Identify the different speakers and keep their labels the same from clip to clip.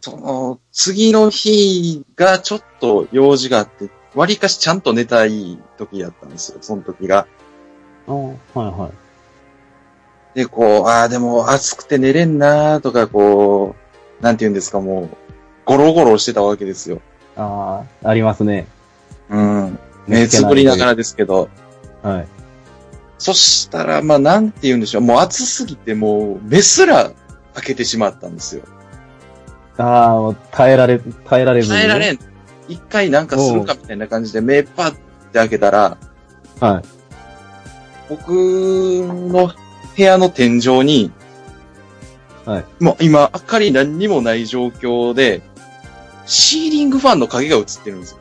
Speaker 1: その、次の日がちょっと用事があって、わりかしちゃんと寝たい時だったんですよ、その時が。
Speaker 2: あはいはい。
Speaker 1: で、こう、ああ、でも暑くて寝れんなーとか、こう、なんて言うんですか、もう、ゴロゴロしてたわけですよ。
Speaker 2: ああ、ありますね。
Speaker 1: うん。目つぶりながらですけど。
Speaker 2: はい。
Speaker 1: そしたら、まあ、なんて言うんでしょう。もう暑すぎて、もう、目すら開けてしまったんですよ。
Speaker 2: ああ、もう耐えられ、耐えられずに、
Speaker 1: 耐えられん。一回なんかするかみたいな感じで、目パッて開けたら、
Speaker 2: はい。
Speaker 1: 僕の部屋の天井に、。
Speaker 2: はい
Speaker 1: もう今、明かり何にもない状況で、シーリングファンの影が映ってるんですよ。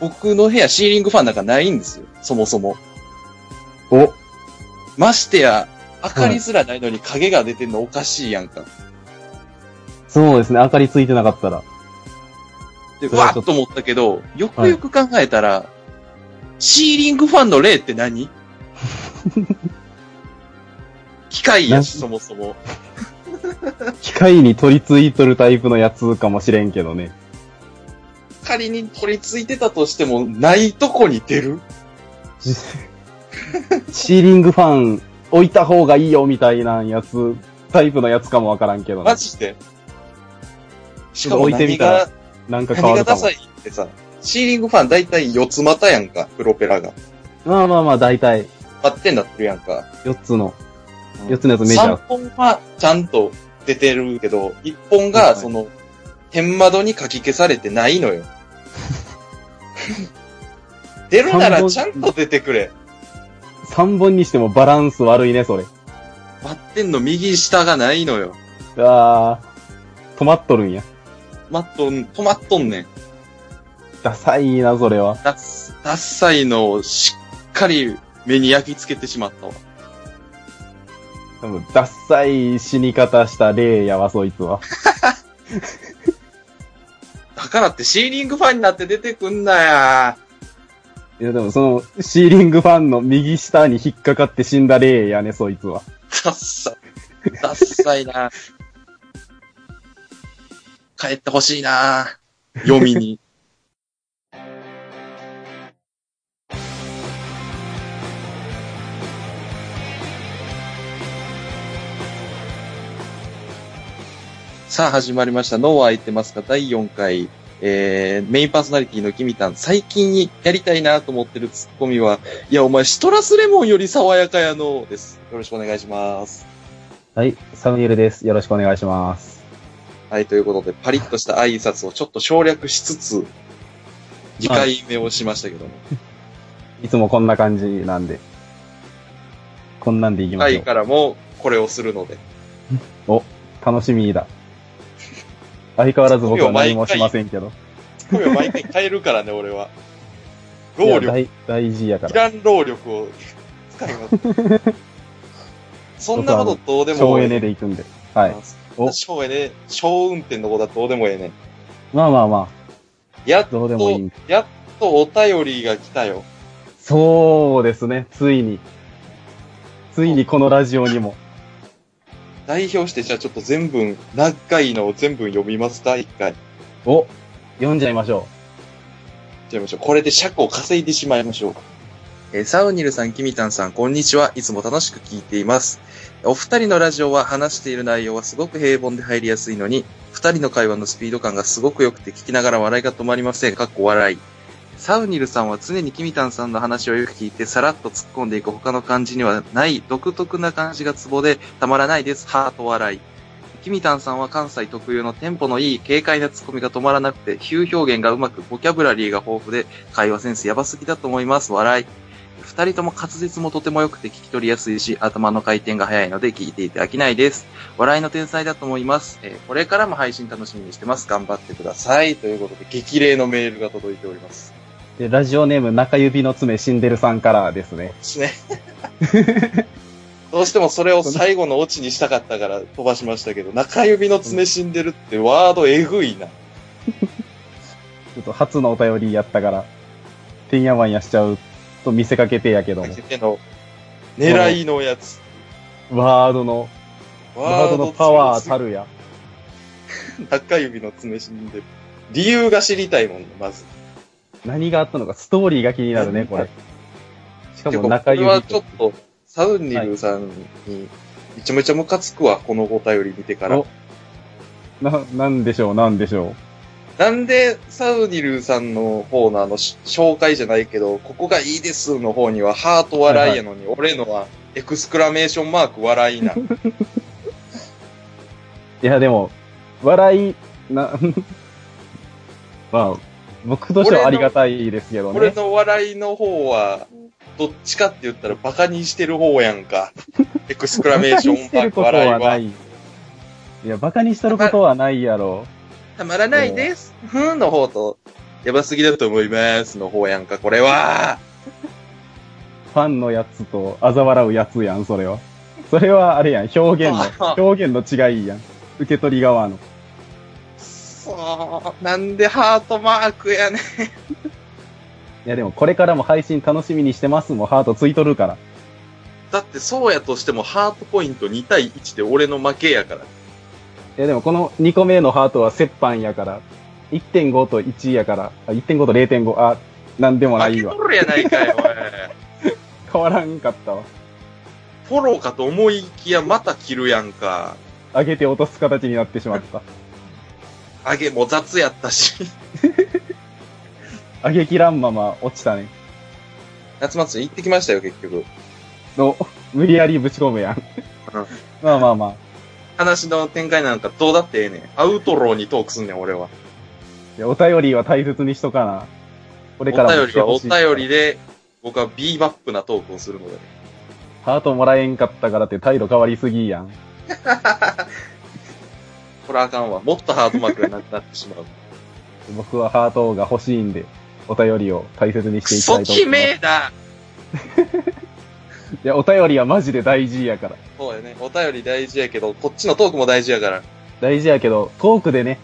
Speaker 1: 僕の部屋シーリングファンなんかないんですよ。そもそも。
Speaker 2: お、
Speaker 1: ましてや、明かりすらないのに影が出てんのおかしいやんか。
Speaker 2: そうですね。明かりついてなかったら。
Speaker 1: で、
Speaker 2: それは
Speaker 1: わ
Speaker 2: ち
Speaker 1: ー
Speaker 2: ょっ
Speaker 1: っと思ったけど、よくよく考えたら、シーリングファンの例って 何機械やし、そもそも。
Speaker 2: 機械に取り付いとるタイプのやつかもしれんけど ね。
Speaker 1: 仮に取り付いてたとしても、ないとこに出る
Speaker 2: じシーリングファン置いた方がいいよみたいなやつ、タイプのやつかもわからんけどね
Speaker 1: マ。ジで。しかも
Speaker 2: 置いて
Speaker 1: 何
Speaker 2: みたら
Speaker 1: が、
Speaker 2: なんか変
Speaker 1: 何
Speaker 2: わ
Speaker 1: がダ
Speaker 2: るかも
Speaker 1: サ。いってさ、シーリングファン大体四つ股やんか、プロペラが。
Speaker 2: まあまあまあ、大体、
Speaker 1: バッテンなってるやんか。
Speaker 2: 4つの。四つのやつメジャ
Speaker 1: 3
Speaker 2: ー
Speaker 1: 本はちゃんと出てるけど、1本がその、天窓にかき消されてないのよ。 出るならちゃんと出てくれ。
Speaker 2: 3本にしてもバランス悪いね、それ。
Speaker 1: バッテンの右下がないのよ。
Speaker 2: あー、止まっとるんや。
Speaker 1: マットン、止まっとんねん。
Speaker 2: ダサいな、それは。
Speaker 1: ダッ、ダッサいのをしっかり目に焼き付けてしまったわ。
Speaker 2: 多分、ダッサい死に方した霊やわ、そいつは。
Speaker 1: だからってシーリングファンになって出てくんなや。
Speaker 2: いや、でもその、シーリングファンの右下に引っかかって死んだ霊やね、そいつは。
Speaker 1: ダッサ。ダッサいな。帰ってほしいな。読みに。さあ始まりました。脳は空いてますか第4回。えー、メインパーソナリティのキミタン、最近やりたいなと思ってるツッコミは、いや、お前、シトラスレモンより爽やかやの、です。よろしくお願いします。
Speaker 2: はい、サムエルです。よろしくお願いします。
Speaker 1: はい、ということで、パリッとした挨拶をちょっと省略しつつ、2回目をしましたけども。
Speaker 2: いつもこんな感じなんで。こんなんでいきましょ
Speaker 1: 回
Speaker 2: う。
Speaker 1: からも、これをするので。
Speaker 2: 楽しみだ。相変わらず僕は何もしませんけど。
Speaker 1: これを毎回変える からね、俺は。
Speaker 2: い
Speaker 1: 労
Speaker 2: や
Speaker 1: 力、
Speaker 2: 大大事やか
Speaker 1: い
Speaker 2: ら。
Speaker 1: らん労力を使います。 そんなことどうでも
Speaker 2: 省
Speaker 1: え
Speaker 2: エ
Speaker 1: えね
Speaker 2: ネ
Speaker 1: ん。
Speaker 2: で行くんで。はい。お
Speaker 1: 省エネ、省運転のことはどうでもええねん。
Speaker 2: まあまあま
Speaker 1: やっ
Speaker 2: あ、どうでもいい
Speaker 1: と
Speaker 2: ん、
Speaker 1: やっとお便りが来たよ。
Speaker 2: そうですね、ついに。ついにこのラジオにも。
Speaker 1: 代表して、じゃあちょっと全文、何回のを全文読みますか一回。
Speaker 2: お読んじゃいましょ
Speaker 1: じゃあましょう。これで尺を稼いでしまいましょう。えーサウニルさん、キミタンさん、こんにちは。いつも楽しく聞いています。お二人のラジオは話している内容はすごく平凡で入りやすいのに、二人の会話のスピード感がすごく良くて聞きながら笑いが止まりません。かっこ笑い。サウニルさんは常にキミタンさんの話をよく聞いて、さらっと突っ込んでいく他の感じにはない独特な感じがツボでたまらないです。ハート笑い。キミタンさんは関西特有のテンポのいい軽快なツッコミが止まらなくて、比喩表現がうまく、ボキャブラリーが豊富で、会話センスやばすぎだと思います。笑い。二人とも滑舌もとても良くて聞き取りやすいし、頭の回転が早いので聞いていて飽きないです。笑いの天才だと思います。えーこれからも配信楽しみにしてます。頑張ってください。ということで、激励のメールが届いております。
Speaker 2: う。で、ラジオネーム中指の爪死んでるさんからですね。
Speaker 1: ですね。どうしてもそれを最後のオチにしたかったから飛ばしましたけど、中指の爪死んでるってワードえぐいな。
Speaker 2: ちょっと初のお便りやったから、てんやわんやしちゃうと見せかけてやけども
Speaker 1: かけ。ての狙いのやつ。
Speaker 2: ワードの、ワードのパワーた
Speaker 1: る。
Speaker 2: るや。
Speaker 1: 中指の爪死んで、理由が知りたいもんね、まず。
Speaker 2: 何があったのか、ストーリーが気になるね、これ。しか
Speaker 1: て
Speaker 2: も
Speaker 1: か
Speaker 2: 中指
Speaker 1: これはちょ
Speaker 2: と
Speaker 1: っ。と、サウニルさんに、めちゃめちゃムカつくわ、このお便り見てから
Speaker 2: お。な、なんでしょう、なんでしょ
Speaker 1: なんで、サウニルさんの方のあの、し紹介じゃないけど、ここがいいですの方には、ハート笑いやのに、俺のは、エクスクラメーションマーク笑いな。
Speaker 2: う。いや、でも、笑い、な、 まあ、僕としてはありがたいですけど
Speaker 1: 俺
Speaker 2: ね。
Speaker 1: の笑いの方は、どっちかって言ったらバカにしてる方やん か。エクスクラメーション
Speaker 2: バカにして
Speaker 1: マー
Speaker 2: る
Speaker 1: ク
Speaker 2: こと
Speaker 1: 笑い
Speaker 2: はな
Speaker 1: は。
Speaker 2: い。いや、バカにしてることはないやろ。
Speaker 1: たまらないです。ふーんの方と、やばすぎだと思いますの方やんか、これは。
Speaker 2: ファンのやつと嘲笑うやつやん、それは。それはあれやん、表現
Speaker 1: あ
Speaker 2: の、表現の違いやん。受け取り側の。
Speaker 1: そう、なんでハートマークやねん。
Speaker 2: いや、でもこれからも配信楽しみにしてますもん、ハートついとるから。
Speaker 1: だってそうやとしてもハートポイント2対1で俺の負けやから。
Speaker 2: いやでもこの2個目のハートは折半やから、1.5と1やから、あ1.5と0.5、あ、なんでもな
Speaker 1: 負
Speaker 2: い
Speaker 1: け
Speaker 2: わ
Speaker 1: と。るやないかい、おい。
Speaker 2: 変わらんかったわ。
Speaker 1: フォローかと思いきやまた切るやんか。
Speaker 2: 上げて落とす形になってしまった。
Speaker 1: あげも雑やったし。
Speaker 2: 上げきらんまま落ちたね。
Speaker 1: 夏祭り行ってきましたよ、結局。
Speaker 2: の、無理やりぶち込むやん。まあまあまあ。
Speaker 1: 話の展開なんかどうだってええねん。アウトローにトークすんねん、俺は。
Speaker 2: いやお便りは大切にしとかな。こ
Speaker 1: お
Speaker 2: れからも
Speaker 1: 便
Speaker 2: 来
Speaker 1: り
Speaker 2: て
Speaker 1: は
Speaker 2: ほ
Speaker 1: お
Speaker 2: しい
Speaker 1: 便りで、僕はビーバップなトークをするので。
Speaker 2: ハートもらえんかったからって態度変わりすぎやん。
Speaker 1: これあかんわ。もっとハートマークになってしま う。
Speaker 2: 僕はハートが欲しいんで、お便りを大切にし
Speaker 1: ク
Speaker 2: ていき
Speaker 1: ソ
Speaker 2: たいと思
Speaker 1: き
Speaker 2: いま
Speaker 1: め
Speaker 2: す。
Speaker 1: えだ
Speaker 2: いや、お便りはマジで大事やから。
Speaker 1: そうやね。お便り大事やけど、こっちのトークも大事やから。
Speaker 2: 大事やけど、トークでね、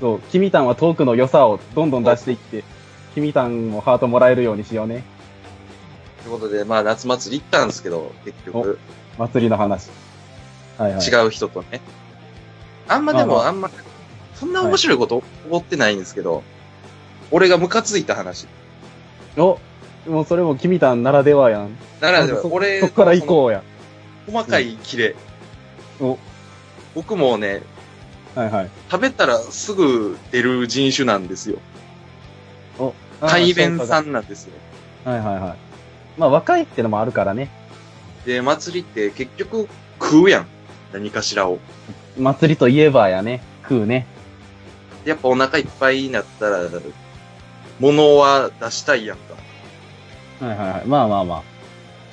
Speaker 2: そう、キミタンはトークの良さをどんどん出していって、キミタンもハートもらえるようにしようね。
Speaker 1: ということで、まあ夏祭り行ったんですけど、結局、
Speaker 2: 祭りの話。はいはい。
Speaker 1: 違う人とね。あんまで
Speaker 2: まあま
Speaker 1: も、あんま、そんな面白いこと思ってないんですけど、俺がムカついた話。
Speaker 2: お、もうそれもキミタンならではやん。
Speaker 1: ならでは、
Speaker 2: そ
Speaker 1: 俺、
Speaker 2: そっから行こうや。
Speaker 1: う。細かいキレ。
Speaker 2: お、
Speaker 1: 僕もね、
Speaker 2: はいはい。
Speaker 1: 食べたらすぐ出る人種なんですよ。
Speaker 2: お、あー
Speaker 1: 海弁さ。
Speaker 2: そ
Speaker 1: んなんですよ。
Speaker 2: うかはいはいはい。まあ若いってのもあるからね。
Speaker 1: で、祭りって結局食うやん。何かしらを。
Speaker 2: 祭りといえばやね。食うね。
Speaker 1: やっぱお腹いっぱいになったら、物は出したいやんか。
Speaker 2: はいはいはい。まあまあま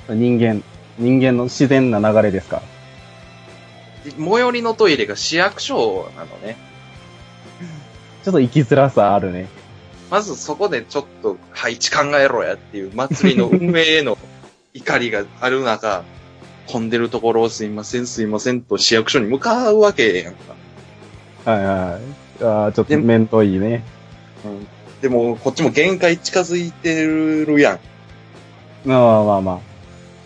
Speaker 2: あ。人間、人間の自然な流れですから。
Speaker 1: で最寄りのトイレが市役所なのね。
Speaker 2: ちょっと生きづらさあるね。
Speaker 1: まずそこでちょっと配置考えろやっていう祭りの運営への怒りがある中、混んでるところをすいませんすいませんと市役所に向かうわけやんか。
Speaker 2: はいはいはい。ああ、ちょっ
Speaker 1: で
Speaker 2: と面倒いいね。
Speaker 1: うん、でもこっちも限界近づいてるやん。
Speaker 2: まあまあま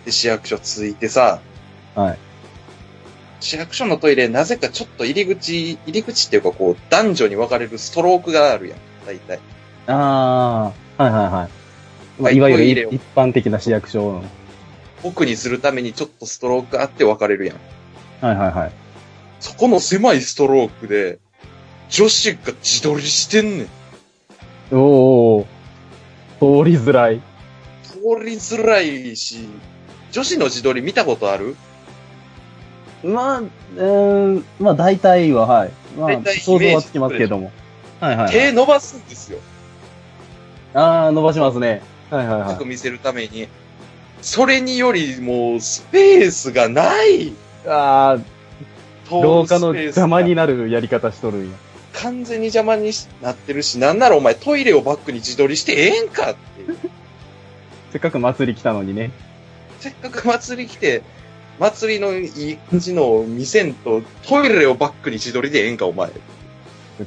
Speaker 1: で市役所着いてさ、
Speaker 2: あ。はい。
Speaker 1: 市役所のトイレなぜかちょっと入り口、入り口っていうかこう男女に分かれるストロークがあるやん。大体。
Speaker 2: ああ、はいはいはい。ま
Speaker 1: は
Speaker 2: あ、
Speaker 1: い
Speaker 2: いわゆ
Speaker 1: ト
Speaker 2: る
Speaker 1: イレを
Speaker 2: 一般的な市役所の。
Speaker 1: 奥にするためにちょっとストロークあって分かれるやん。
Speaker 2: はいはいはい。
Speaker 1: そこの狭いストロークで、女子が自撮りしてんねん。
Speaker 2: おーおー通りづらい。
Speaker 1: 通りづらいし、女子の自撮り見たことある
Speaker 2: まあ、うーん、まあ大体は、はい。ま
Speaker 1: 大
Speaker 2: あ、
Speaker 1: 体
Speaker 2: 想像はつきますけども。はいはい、は
Speaker 1: 手
Speaker 2: い。
Speaker 1: 伸ばすんですよ。
Speaker 2: ああ、伸ばしますね。はいはいは
Speaker 1: よく
Speaker 2: い。
Speaker 1: 見せるために。それによりもうスペースがない
Speaker 2: ああ、廊下の
Speaker 1: 通るスペースが
Speaker 2: 邪魔になるやり方しとるんや。
Speaker 1: 完全に邪魔になってるし、なんならお前トイレをバックに自撮りしてええんかっていう。
Speaker 2: せっかく祭り来たのにね。
Speaker 1: せっかく祭り来て、祭りのいい感じのを見せんと、トイレをバックに自撮りでええんか、お前。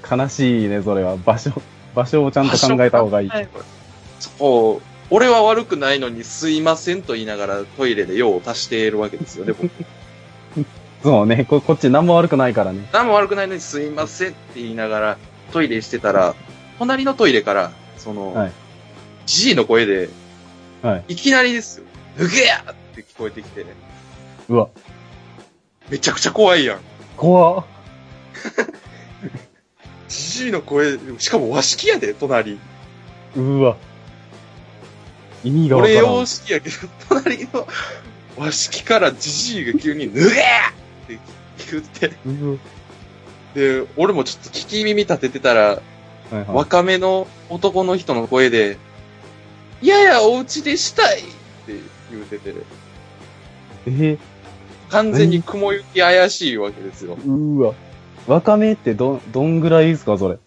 Speaker 2: 悲しいね、それは。場所、場所をちゃんと考えた方がいい。
Speaker 1: そう。俺は悪くないのにすいませんと言いながらトイレで用を足しているわけですよね、僕。
Speaker 2: そうね、ここっち何も悪くないからね。
Speaker 1: 何も悪くないのにすいませんって言いながらトイレしてたら、隣のトイレから、そ
Speaker 2: は
Speaker 1: の
Speaker 2: い、
Speaker 1: じじいの声で、、
Speaker 2: はい
Speaker 1: きなりですよ。脱げやって聞こえてきて、
Speaker 2: うわ、
Speaker 1: めちゃくちゃ怖いやん。
Speaker 2: 怖っ
Speaker 1: じじいの声、しかも和式やで、隣。
Speaker 2: うわ。意味がわか
Speaker 1: 俺
Speaker 2: らん。
Speaker 1: 洋式やけど、隣の和式からじじいが急に、脱げやって言って、
Speaker 2: うわ
Speaker 1: で、俺もちょっと聞き耳立ててたら、
Speaker 2: はいはい
Speaker 1: 若めの男の人の声で、いややお家でしたいって言うてて、
Speaker 2: えー
Speaker 1: 完全に雲行き怪しいわけですよ。
Speaker 2: うわ。わかめってど、どんぐらいですか、それ。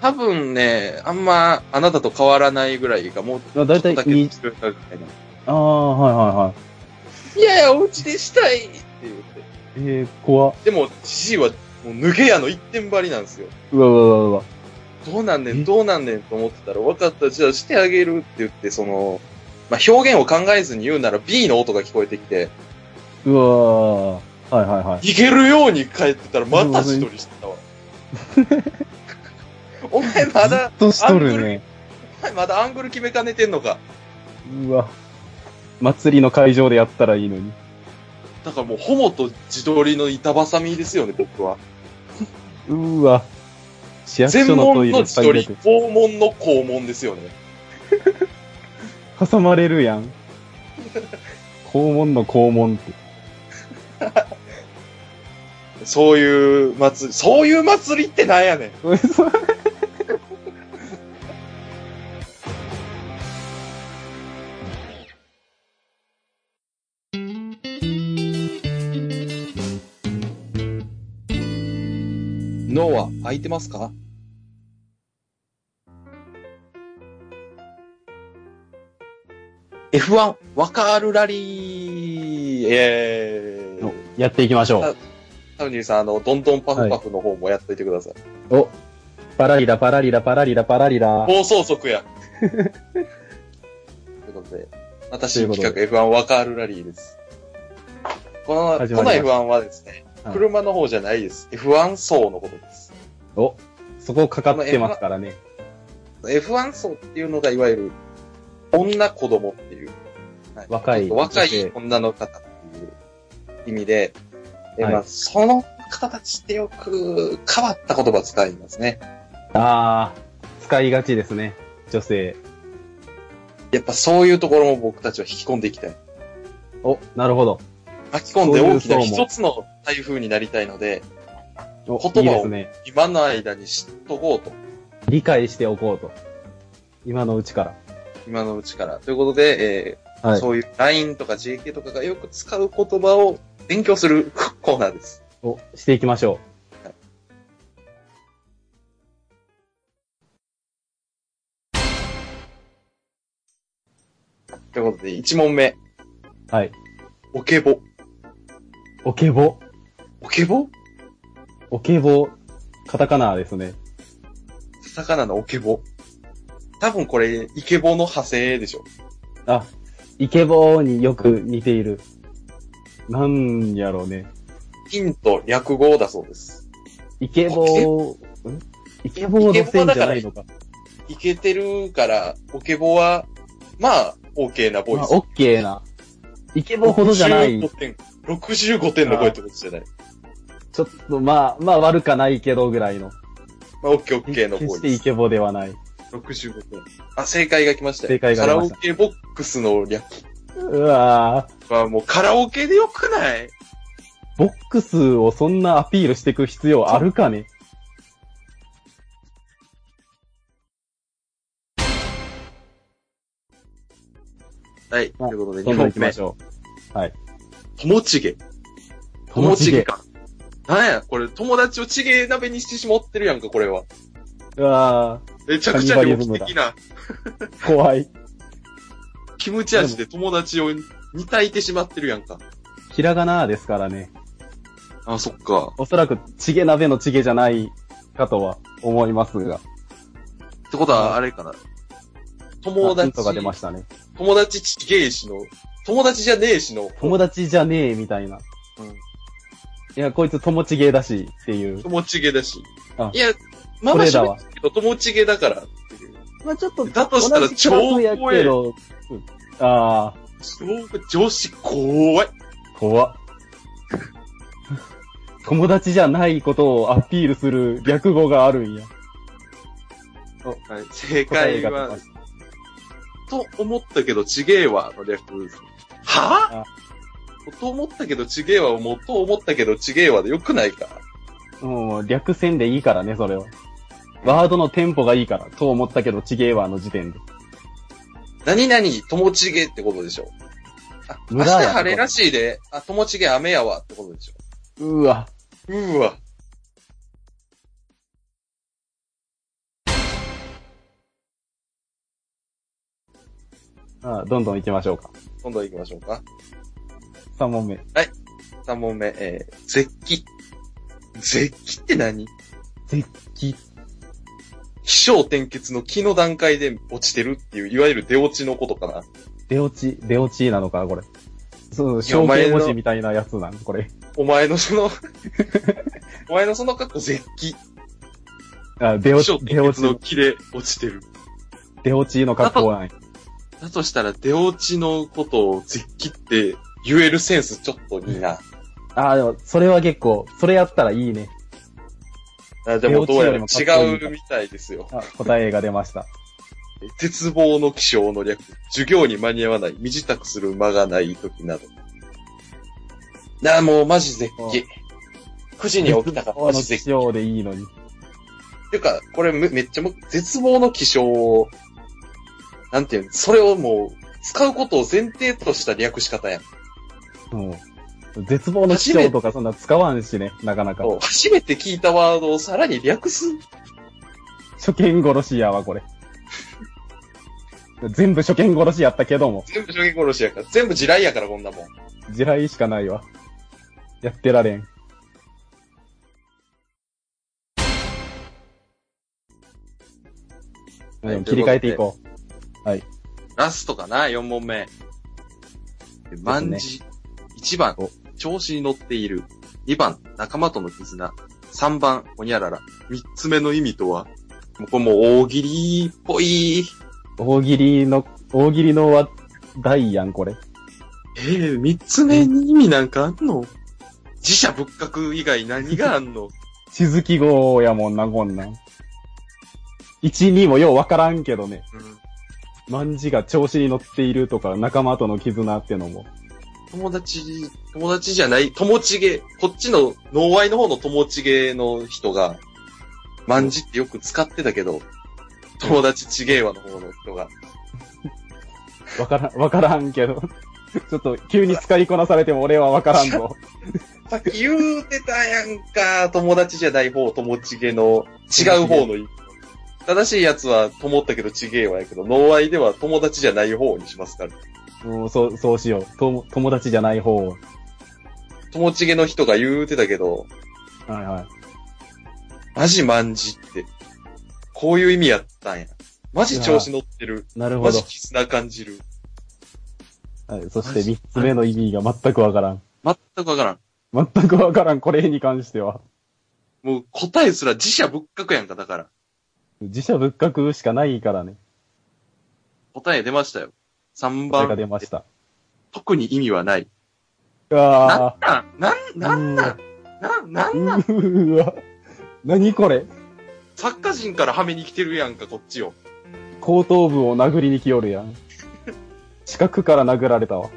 Speaker 1: 多分ね、あんまあなたと変わらないぐらいが、もうちょ
Speaker 2: あ
Speaker 1: っと
Speaker 2: 大
Speaker 1: だけ
Speaker 2: 体に
Speaker 1: 違うぐらいの
Speaker 2: ああ、はいはい
Speaker 1: ややお家でしたいって言って。
Speaker 2: いはい。えー、怖っ
Speaker 1: でも、じじいはもう脱げ屋の一点張りなんですよ。
Speaker 2: うわうわうわうわ。
Speaker 1: どうなんね
Speaker 2: え
Speaker 1: ん、どうなんねんと思ってたら、分かった、じゃあしてあげるって言って、その、まあ、表現を考えずに言うなら B の音が聞こえてきて、
Speaker 2: うわーはいはいはい。
Speaker 1: 逃げるように帰ってたらまた一人してたわ。 お前ま
Speaker 2: ずっ
Speaker 1: だ、
Speaker 2: としとるね。
Speaker 1: お前まだアングル決めかねてんのか。
Speaker 2: うわ。祭りの会場でやったらいいのに。
Speaker 1: だからもうホモと自撮りの板挟みですよね、僕は。
Speaker 2: うわ。市役
Speaker 1: 全
Speaker 2: 所のト
Speaker 1: 門
Speaker 2: イ
Speaker 1: の
Speaker 2: レ
Speaker 1: 自撮り、
Speaker 2: て
Speaker 1: 肛門の肛門ですよね。
Speaker 2: 挟まれるやん。肛門の肛門って。
Speaker 1: そういう祭り、そういう祭りってなんやねん。脳は空いてますか？F1 わかるラリー。えーイ。
Speaker 2: やっていきましょう。
Speaker 1: タウニーさん、あの、どんどんパフパフの方もやっといてください。
Speaker 2: お。パラリラパラリラパラリラパラリラ。
Speaker 1: 放送速 や。ということで、私企画 F1 わかるラリーです。この、こ
Speaker 2: 始
Speaker 1: の
Speaker 2: まりました
Speaker 1: F1 はですね、
Speaker 2: はい
Speaker 1: 車の方じゃないです。F1 層のことです。
Speaker 2: お。そこかかってますからね。
Speaker 1: F1 層っていうのが、いわゆる、女子供っていう。はい
Speaker 2: 若い
Speaker 1: ちょっと若
Speaker 2: 女性
Speaker 1: い女の方っていう意味で、え
Speaker 2: はい
Speaker 1: まあ、その方たちってよく変わった言葉使いますね。
Speaker 2: ああ、使いがちですね。女性。
Speaker 1: やっぱそういうところも僕たちは引き込んでいきたい。
Speaker 2: お、なるほど。
Speaker 1: 巻き込んで大きな
Speaker 2: そういう層も
Speaker 1: 一つの台風になりたいので、
Speaker 2: お
Speaker 1: 言葉を
Speaker 2: いいですね。
Speaker 1: 今の間に知っとこうと。
Speaker 2: 理解しておこうと。今のうちから。
Speaker 1: 今のうちから。ということで、えー
Speaker 2: はい。
Speaker 1: そういう LINE とか JK とかがよく使う言葉を勉強する コーナーです。
Speaker 2: をしていきましょ
Speaker 1: ということで、1問目。
Speaker 2: う。はい。
Speaker 1: おけぼ。
Speaker 2: おけぼ。
Speaker 1: おけぼ
Speaker 2: おけぼ。カタカナですね。
Speaker 1: 魚のおけぼ。多分これ、イケボの派生でしょ。
Speaker 2: あ、イケボによく似ている。なんやろうね。
Speaker 1: ヒント略語だそうです。
Speaker 2: イケボー、んイケボーのせいじゃないのか。
Speaker 1: イケてるから、おけぼは、まあ、OK なボイ
Speaker 2: まあ
Speaker 1: ス。
Speaker 2: オッケーな。イケボほどじゃない。
Speaker 1: 65点。65点の声ってことじゃない。
Speaker 2: ちょっとまあ、まあ悪かないけどぐらいの。
Speaker 1: まあ、オッケーオッケーの
Speaker 2: 決
Speaker 1: ボ
Speaker 2: して
Speaker 1: イ
Speaker 2: イ
Speaker 1: ス。
Speaker 2: ケボではない。
Speaker 1: 65点。あ、正解が来ましたよ。
Speaker 2: 正解が
Speaker 1: カ
Speaker 2: 出
Speaker 1: ラ
Speaker 2: ま
Speaker 1: オ
Speaker 2: した
Speaker 1: ケボックスの略
Speaker 2: うわぁ。
Speaker 1: はもうカラオケでよくない
Speaker 2: ボックスをそんなアピールしていく必要あるかね
Speaker 1: はい。
Speaker 2: まあ
Speaker 1: ということで、
Speaker 2: ど
Speaker 1: 2
Speaker 2: んどん
Speaker 1: 問
Speaker 2: 行き
Speaker 1: 目
Speaker 2: ま。しょ
Speaker 1: ともちげ。
Speaker 2: う。
Speaker 1: ともちげか。なんや、これ、友達をちげ鍋にしてしまってるやんか、これは。
Speaker 2: うわ
Speaker 1: めちゃくちゃ猟奇的な、
Speaker 2: ぁ、怖い。
Speaker 1: キムチ味で友達を煮炊いてしまってるやんか。
Speaker 2: ひらがなですからね。
Speaker 1: あ、そっか。
Speaker 2: おそらく、チゲ鍋のチゲじゃないかとは思いますが。
Speaker 1: ってことは、あれかな。友
Speaker 2: ヒン
Speaker 1: 達、
Speaker 2: トが出ましたね。
Speaker 1: 友達ちげえしの、友達じゃねえしの、
Speaker 2: 友達じゃねえみたいな。いや、こいつ友ちゲーだしっていう。
Speaker 1: 友ちげだし
Speaker 2: あ。
Speaker 1: いや、まあまあ
Speaker 2: これだ
Speaker 1: 喋
Speaker 2: わ
Speaker 1: ってるけど、友ちげだからっていう。
Speaker 2: まあちょっと、
Speaker 1: だとしたら超怖え
Speaker 2: 同じクラスやけど、うんああ、
Speaker 1: 上司怖い。
Speaker 2: 怖っ。 友達じゃないことをアピールする略語があるんや。
Speaker 1: はい、正解は、と思ったけどちげえわの略です。はぁ
Speaker 2: あ
Speaker 1: と思ったけどちげえわもうと思ったけどちげえわでよくないか
Speaker 2: もう略線でいいからね、それは。ワードのテンポがいいから、と思ったけどちげえわの時点で。
Speaker 1: 何々、友ちげってことでしょ。あ、明日
Speaker 2: 村やってこと
Speaker 1: 晴れらしいで、あ、友ちげ雨やわってことでしょ。
Speaker 2: うわ、
Speaker 1: うわ。
Speaker 2: ああどんどん行きましょうか。
Speaker 1: 今度行きましょうか。
Speaker 2: 3問目。
Speaker 1: 3問目、えー、絶起。絶起って何
Speaker 2: 絶起。
Speaker 1: 気象転結の気の段階で落ちてるっていう、いわゆる出落ちのことかな。
Speaker 2: 出落ち、出落ちなのか、これ。そう、
Speaker 1: いやお
Speaker 2: 象
Speaker 1: 前
Speaker 2: 形
Speaker 1: の
Speaker 2: 文字みたいなやつなん、これ。
Speaker 1: お前の その、お前のその格好絶起。
Speaker 2: あ、
Speaker 1: 気
Speaker 2: 出落
Speaker 1: 象
Speaker 2: ち、出
Speaker 1: 転
Speaker 2: 落
Speaker 1: 結の
Speaker 2: ち、
Speaker 1: 気で落ちてる。
Speaker 2: 出落ちの格好なんや。
Speaker 1: だとしたら出落ちのことを絶起って言えるセンスちょっといいな。
Speaker 2: ああ、でも、それは結構、それやったらいいね。
Speaker 1: あでもどうやら違
Speaker 2: 出落ちよりもかっこいいんだ
Speaker 1: うみたいですよ。
Speaker 2: あ、答えが出ました。
Speaker 1: 鉄棒の気象の略。授業に間に合わない。身支度する間がない時など。なあ、もうマジ絶起。9時に起きたから
Speaker 2: あ
Speaker 1: マ
Speaker 2: の、
Speaker 1: ジ絶起。
Speaker 2: 必要でいいのに。
Speaker 1: っていうか、これめめっちゃむ絶望の気象を、なんていうの、それをもう、使うことを前提とした略し方やん。
Speaker 2: もう、絶望の必要とかそんな使わんしね、なかなか。
Speaker 1: 初めて聞いたワードをさらに略す。
Speaker 2: 初見殺しやわ、これ。全部初見殺しやったけども、
Speaker 1: 全部初見殺しやから。全部地雷やから、こんなもん。
Speaker 2: 地雷しかないわ。やってられん。
Speaker 1: はい
Speaker 2: でも切り替えていこう。
Speaker 1: ラストかな、4問目。万事。1番
Speaker 2: お、
Speaker 1: 調子に乗っている。2番、仲間との絆。3番、ほにゃらら。3つ目の意味とはもうこれもう大喜利っぽい。
Speaker 2: 大喜利の、大喜利の話題やん、これ。
Speaker 1: えー、三つ目に意味なんかあんの自社仏閣以外何があんの
Speaker 2: 地図記号やもんな、こんなん。1、2もようわからんけどね。
Speaker 1: うん
Speaker 2: 万字が調子に乗っているとか、仲間との絆ってのも。
Speaker 1: 友達、友達じゃない、友ちげ、こっちの、脳愛の方の友ちげの人が、万字ってよく使ってたけど、友達ちげえわの方の人が、
Speaker 2: わからん、わ からんけど。ちょっと、急に使いこなされても俺はわからん ぞ。
Speaker 1: さっき 言うてたやんか、友達じゃない方、友ちげの、違う方の意味。正しいやつは、と思ったけどちげえわやけど、脳愛では友達じゃない方にしますから。
Speaker 2: もう、そう、そうしよう。とも友達じゃない方を。
Speaker 1: 友ちげの人が言うてたけど、
Speaker 2: はいはい。
Speaker 1: マジ万事って、こういう意味やったんや。マジ調子乗ってる。
Speaker 2: なるほ
Speaker 1: マ
Speaker 2: ど
Speaker 1: ジ。絆感じる。
Speaker 2: はい、そして三つ目の意味が全くわからん。
Speaker 1: 全くわからん。
Speaker 2: 全くわからん、これに関しては。
Speaker 1: もう答えすら自社仏閣やんか、だから。
Speaker 2: 自社仏閣しかないからね。
Speaker 1: 答え出ましたよ。3
Speaker 2: 答えが
Speaker 1: 番。
Speaker 2: 出ました。
Speaker 1: 特に意味はない。
Speaker 2: う
Speaker 1: なん
Speaker 2: わ
Speaker 1: なんなん、な
Speaker 2: ー
Speaker 1: んなん、なん、なんなん、
Speaker 2: うーわ。何これ
Speaker 1: 作家人からはめに来てるやんか、こっちを。
Speaker 2: 後頭部を殴りに来よるやん。近くから殴られたわ。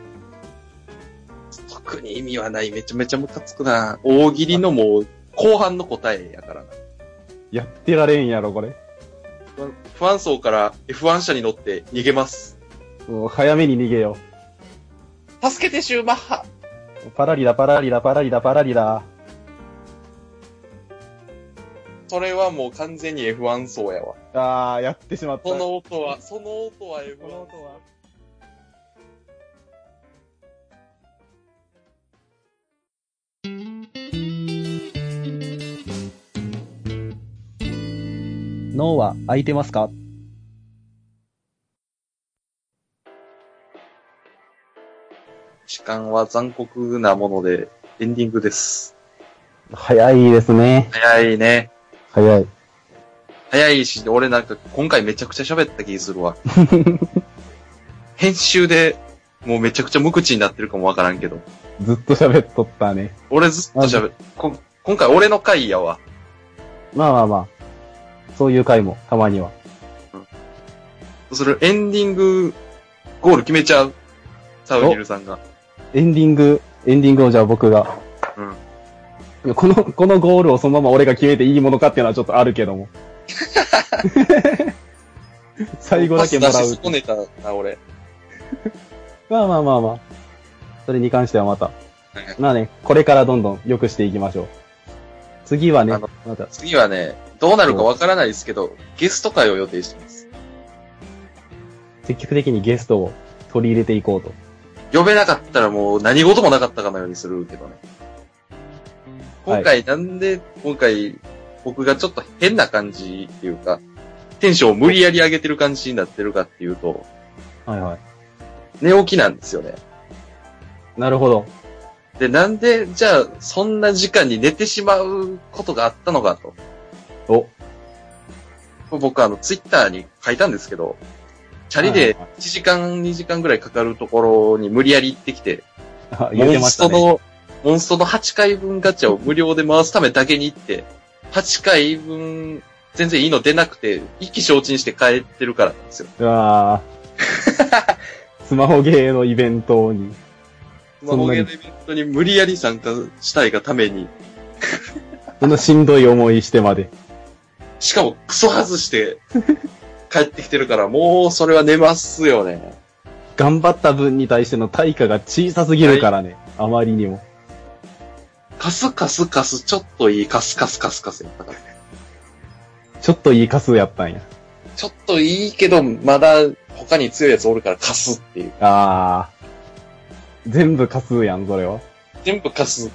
Speaker 1: 特に意味はない。めちゃめちゃムカつくな。大喜利のもう、後半の答えやからな。
Speaker 2: やってられんやろ、これ。
Speaker 1: 不安不安層から F1 車に乗って逃げます。
Speaker 2: もう早めに逃げよ
Speaker 1: 助けて、シューマッハ
Speaker 2: う。パラリラパラリラパラリラパラリラ。
Speaker 1: それはもう完全に F1 層やわ。
Speaker 2: あー、やってしまった。
Speaker 1: その音は、その音は F1
Speaker 2: この音は脳は空いてますか
Speaker 1: 時間は残酷なもので、エンディングです。
Speaker 2: 早いですね。
Speaker 1: 早いね。
Speaker 2: 早い。
Speaker 1: 早いし、俺なんか今回めちゃくちゃ喋った気するわ。 編集でもうめちゃくちゃ無口になってるかもわからんけど。
Speaker 2: ずっと喋っとったね。
Speaker 1: 俺ずっと喋る。こ今回俺の回やわ。
Speaker 2: まあまあまあ。そういう回も、たまには。
Speaker 1: それエンディングゴール決めちゃう。サウニルさんが。
Speaker 2: エンディング、エンディングをじゃあ僕が。
Speaker 1: うん
Speaker 2: いやこの、このゴールをそのまま俺が決めていいものかっていうのはちょっとあるけ ども。最後だけもら
Speaker 1: パス出
Speaker 2: う
Speaker 1: し。損ねたな、俺。
Speaker 2: まあまあまあまあ。それに関してはまた。まあね、これからどんどん良くしていきましょう。次はね
Speaker 1: あの、
Speaker 2: また、
Speaker 1: 次はね、どうなるかわからないですけど、ゲスト会を予定してます。
Speaker 2: 積極的にゲストを取り入れていこうと。
Speaker 1: 呼べなかったらもう何事もなかったかのようにするけどね。今回なんで、今回僕がちょっと変な感じっていうか、テンションを無理やり上げてる感じになってるかっていうと、
Speaker 2: はいはい。
Speaker 1: 寝起きなんですよね。
Speaker 2: なるほど。
Speaker 1: で、なんで、じゃあ、そんな時間に寝てしまうことがあったのかと。
Speaker 2: お、
Speaker 1: 僕あの、ツイッターに書いたんですけど、チャリで
Speaker 2: はいはい
Speaker 1: 1時間、2時間ぐらいかかるところに無理やり行ってきて、
Speaker 2: あ言っ
Speaker 1: モ
Speaker 2: て
Speaker 1: ン
Speaker 2: まし
Speaker 1: ス
Speaker 2: た
Speaker 1: ト
Speaker 2: ね。
Speaker 1: の、モンストの8回分ガチャを無料で回すためだけに行って、8回分、全然いいの出なくて、一気承知にして帰ってるからなんですよ。
Speaker 2: うわ ースマホゲーのイベントに。
Speaker 1: まあ、
Speaker 2: そん
Speaker 1: 大
Speaker 2: な
Speaker 1: ゲー
Speaker 2: に
Speaker 1: のイベントに無理やり参加したいがために、
Speaker 2: そんなしんどい思いしてまで。
Speaker 1: しかもクソ外して、帰ってきてるから、もうそれは寝ますよね。
Speaker 2: 頑張った分に対しての対価が小さすぎるからね。あまりにも。
Speaker 1: カスカスカス、ちょっといいカスカスカスカスやったから。
Speaker 2: ちょっといい数やったんや。
Speaker 1: ちょっといいけど、まだ他に強いやつおるから貸すっていう。
Speaker 2: あー。全部貸すやん、それは。
Speaker 1: 全部貸す。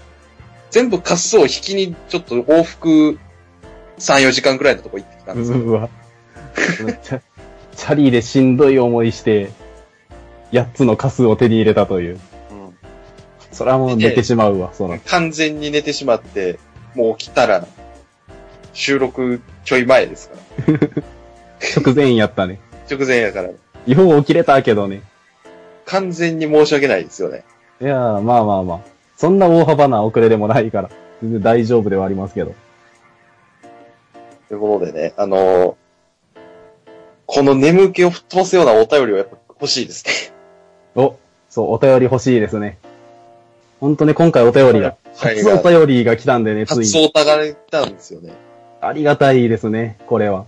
Speaker 1: 全部貸すを引きに、ちょっと往復3、4時間くらいのとこ行ってきたん
Speaker 2: う
Speaker 1: ですよ。
Speaker 2: わ。チャ チャリでしんどい思いして、8つの貸すを手に入れたという。それはもう寝てしまうわ、その。
Speaker 1: 完全に寝てしまって、もう起きたら、収録ちょい前ですから。
Speaker 2: 直前やったね。
Speaker 1: 直前やから、
Speaker 2: よう起きれたけどね。
Speaker 1: 完全に申し訳ないですよね。
Speaker 2: いやー、まあまあまあ。そんな大幅な遅れでもないから、全然大丈夫ではありますけど。
Speaker 1: ということでね、あのーこの眠気を吹っ飛ばすようなお便りはやっぱ欲しいですね。
Speaker 2: お、そう、お便り欲しいですね。ほんとね、今回お便りが、
Speaker 1: はい
Speaker 2: 初お便りが来たんでね、つ
Speaker 1: 初
Speaker 2: いに。
Speaker 1: オタが来たんですよね。
Speaker 2: ありがたいですね、これは。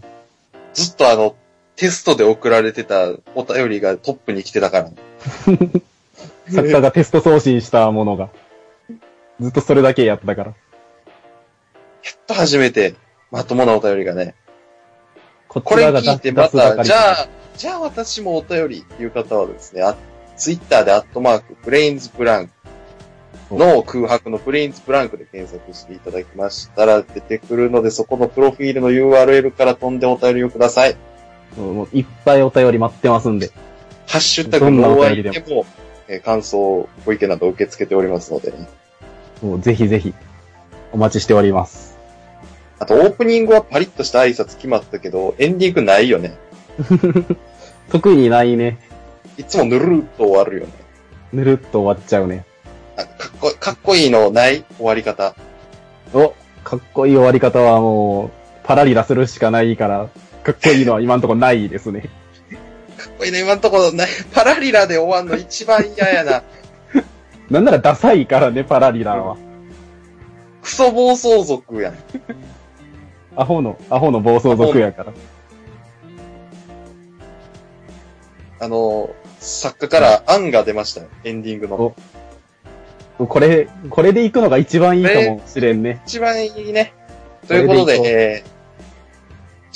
Speaker 1: ずっとあの、テストで送られてたお便りがトップに来てた から。
Speaker 2: 作家がテスト送信したものが。ずっとそれだけやったから。
Speaker 1: やっと初めて、まともなお便りがね。
Speaker 2: こ
Speaker 1: こ
Speaker 2: ち
Speaker 1: れ
Speaker 2: らが
Speaker 1: 聞いて
Speaker 2: 出
Speaker 1: ま
Speaker 2: 出すばか
Speaker 1: た、
Speaker 2: り
Speaker 1: じゃあ、じゃあ私もお便りっていう方はですね、あツイッターでアットマーク、プレインズブランクの空白のプレインズブランクで検索していただきましたら出てくるので、そこのプロフィールの URL から飛んでお便りをください。
Speaker 2: もういっぱいお便り待ってますんで。
Speaker 1: ハッシュタグのお相手も、えー感想、ご意見など受け付けておりますので、ね、
Speaker 2: もうぜひぜひ、お待ちしております。
Speaker 1: あと、オープニングはパリッとした挨拶決まったけど、エンディングないよね。
Speaker 2: 特にないね。
Speaker 1: いつもぬるっと終わるよね。
Speaker 2: ぬるっと終わっちゃうね。
Speaker 1: なんかかっこいい、かっこいいのない終わり方。
Speaker 2: お、かっこいい終わり方はもう、パラリラするしかないから、かっこいいのは今んとこないですね。
Speaker 1: かっこいいの今んところない。パラリラで終わんの一番嫌やな。
Speaker 2: なんならダサいからね、パラリラは。
Speaker 1: クソ暴走族やん。
Speaker 2: アホの、アホの暴走族やから。
Speaker 1: あの、作家から案が出ましたよ。エンディングの。
Speaker 2: おこれ、これで行くのが一番いいかもしれんね。
Speaker 1: 一番いいね。ということで、
Speaker 2: これ
Speaker 1: えー、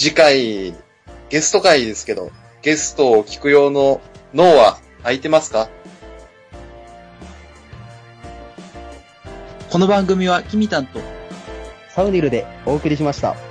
Speaker 1: 次回、ゲスト会ですけど、ゲストを聞く用の脳は空いてますか
Speaker 3: この番組はキミタンと
Speaker 4: サウニルでお送りしました。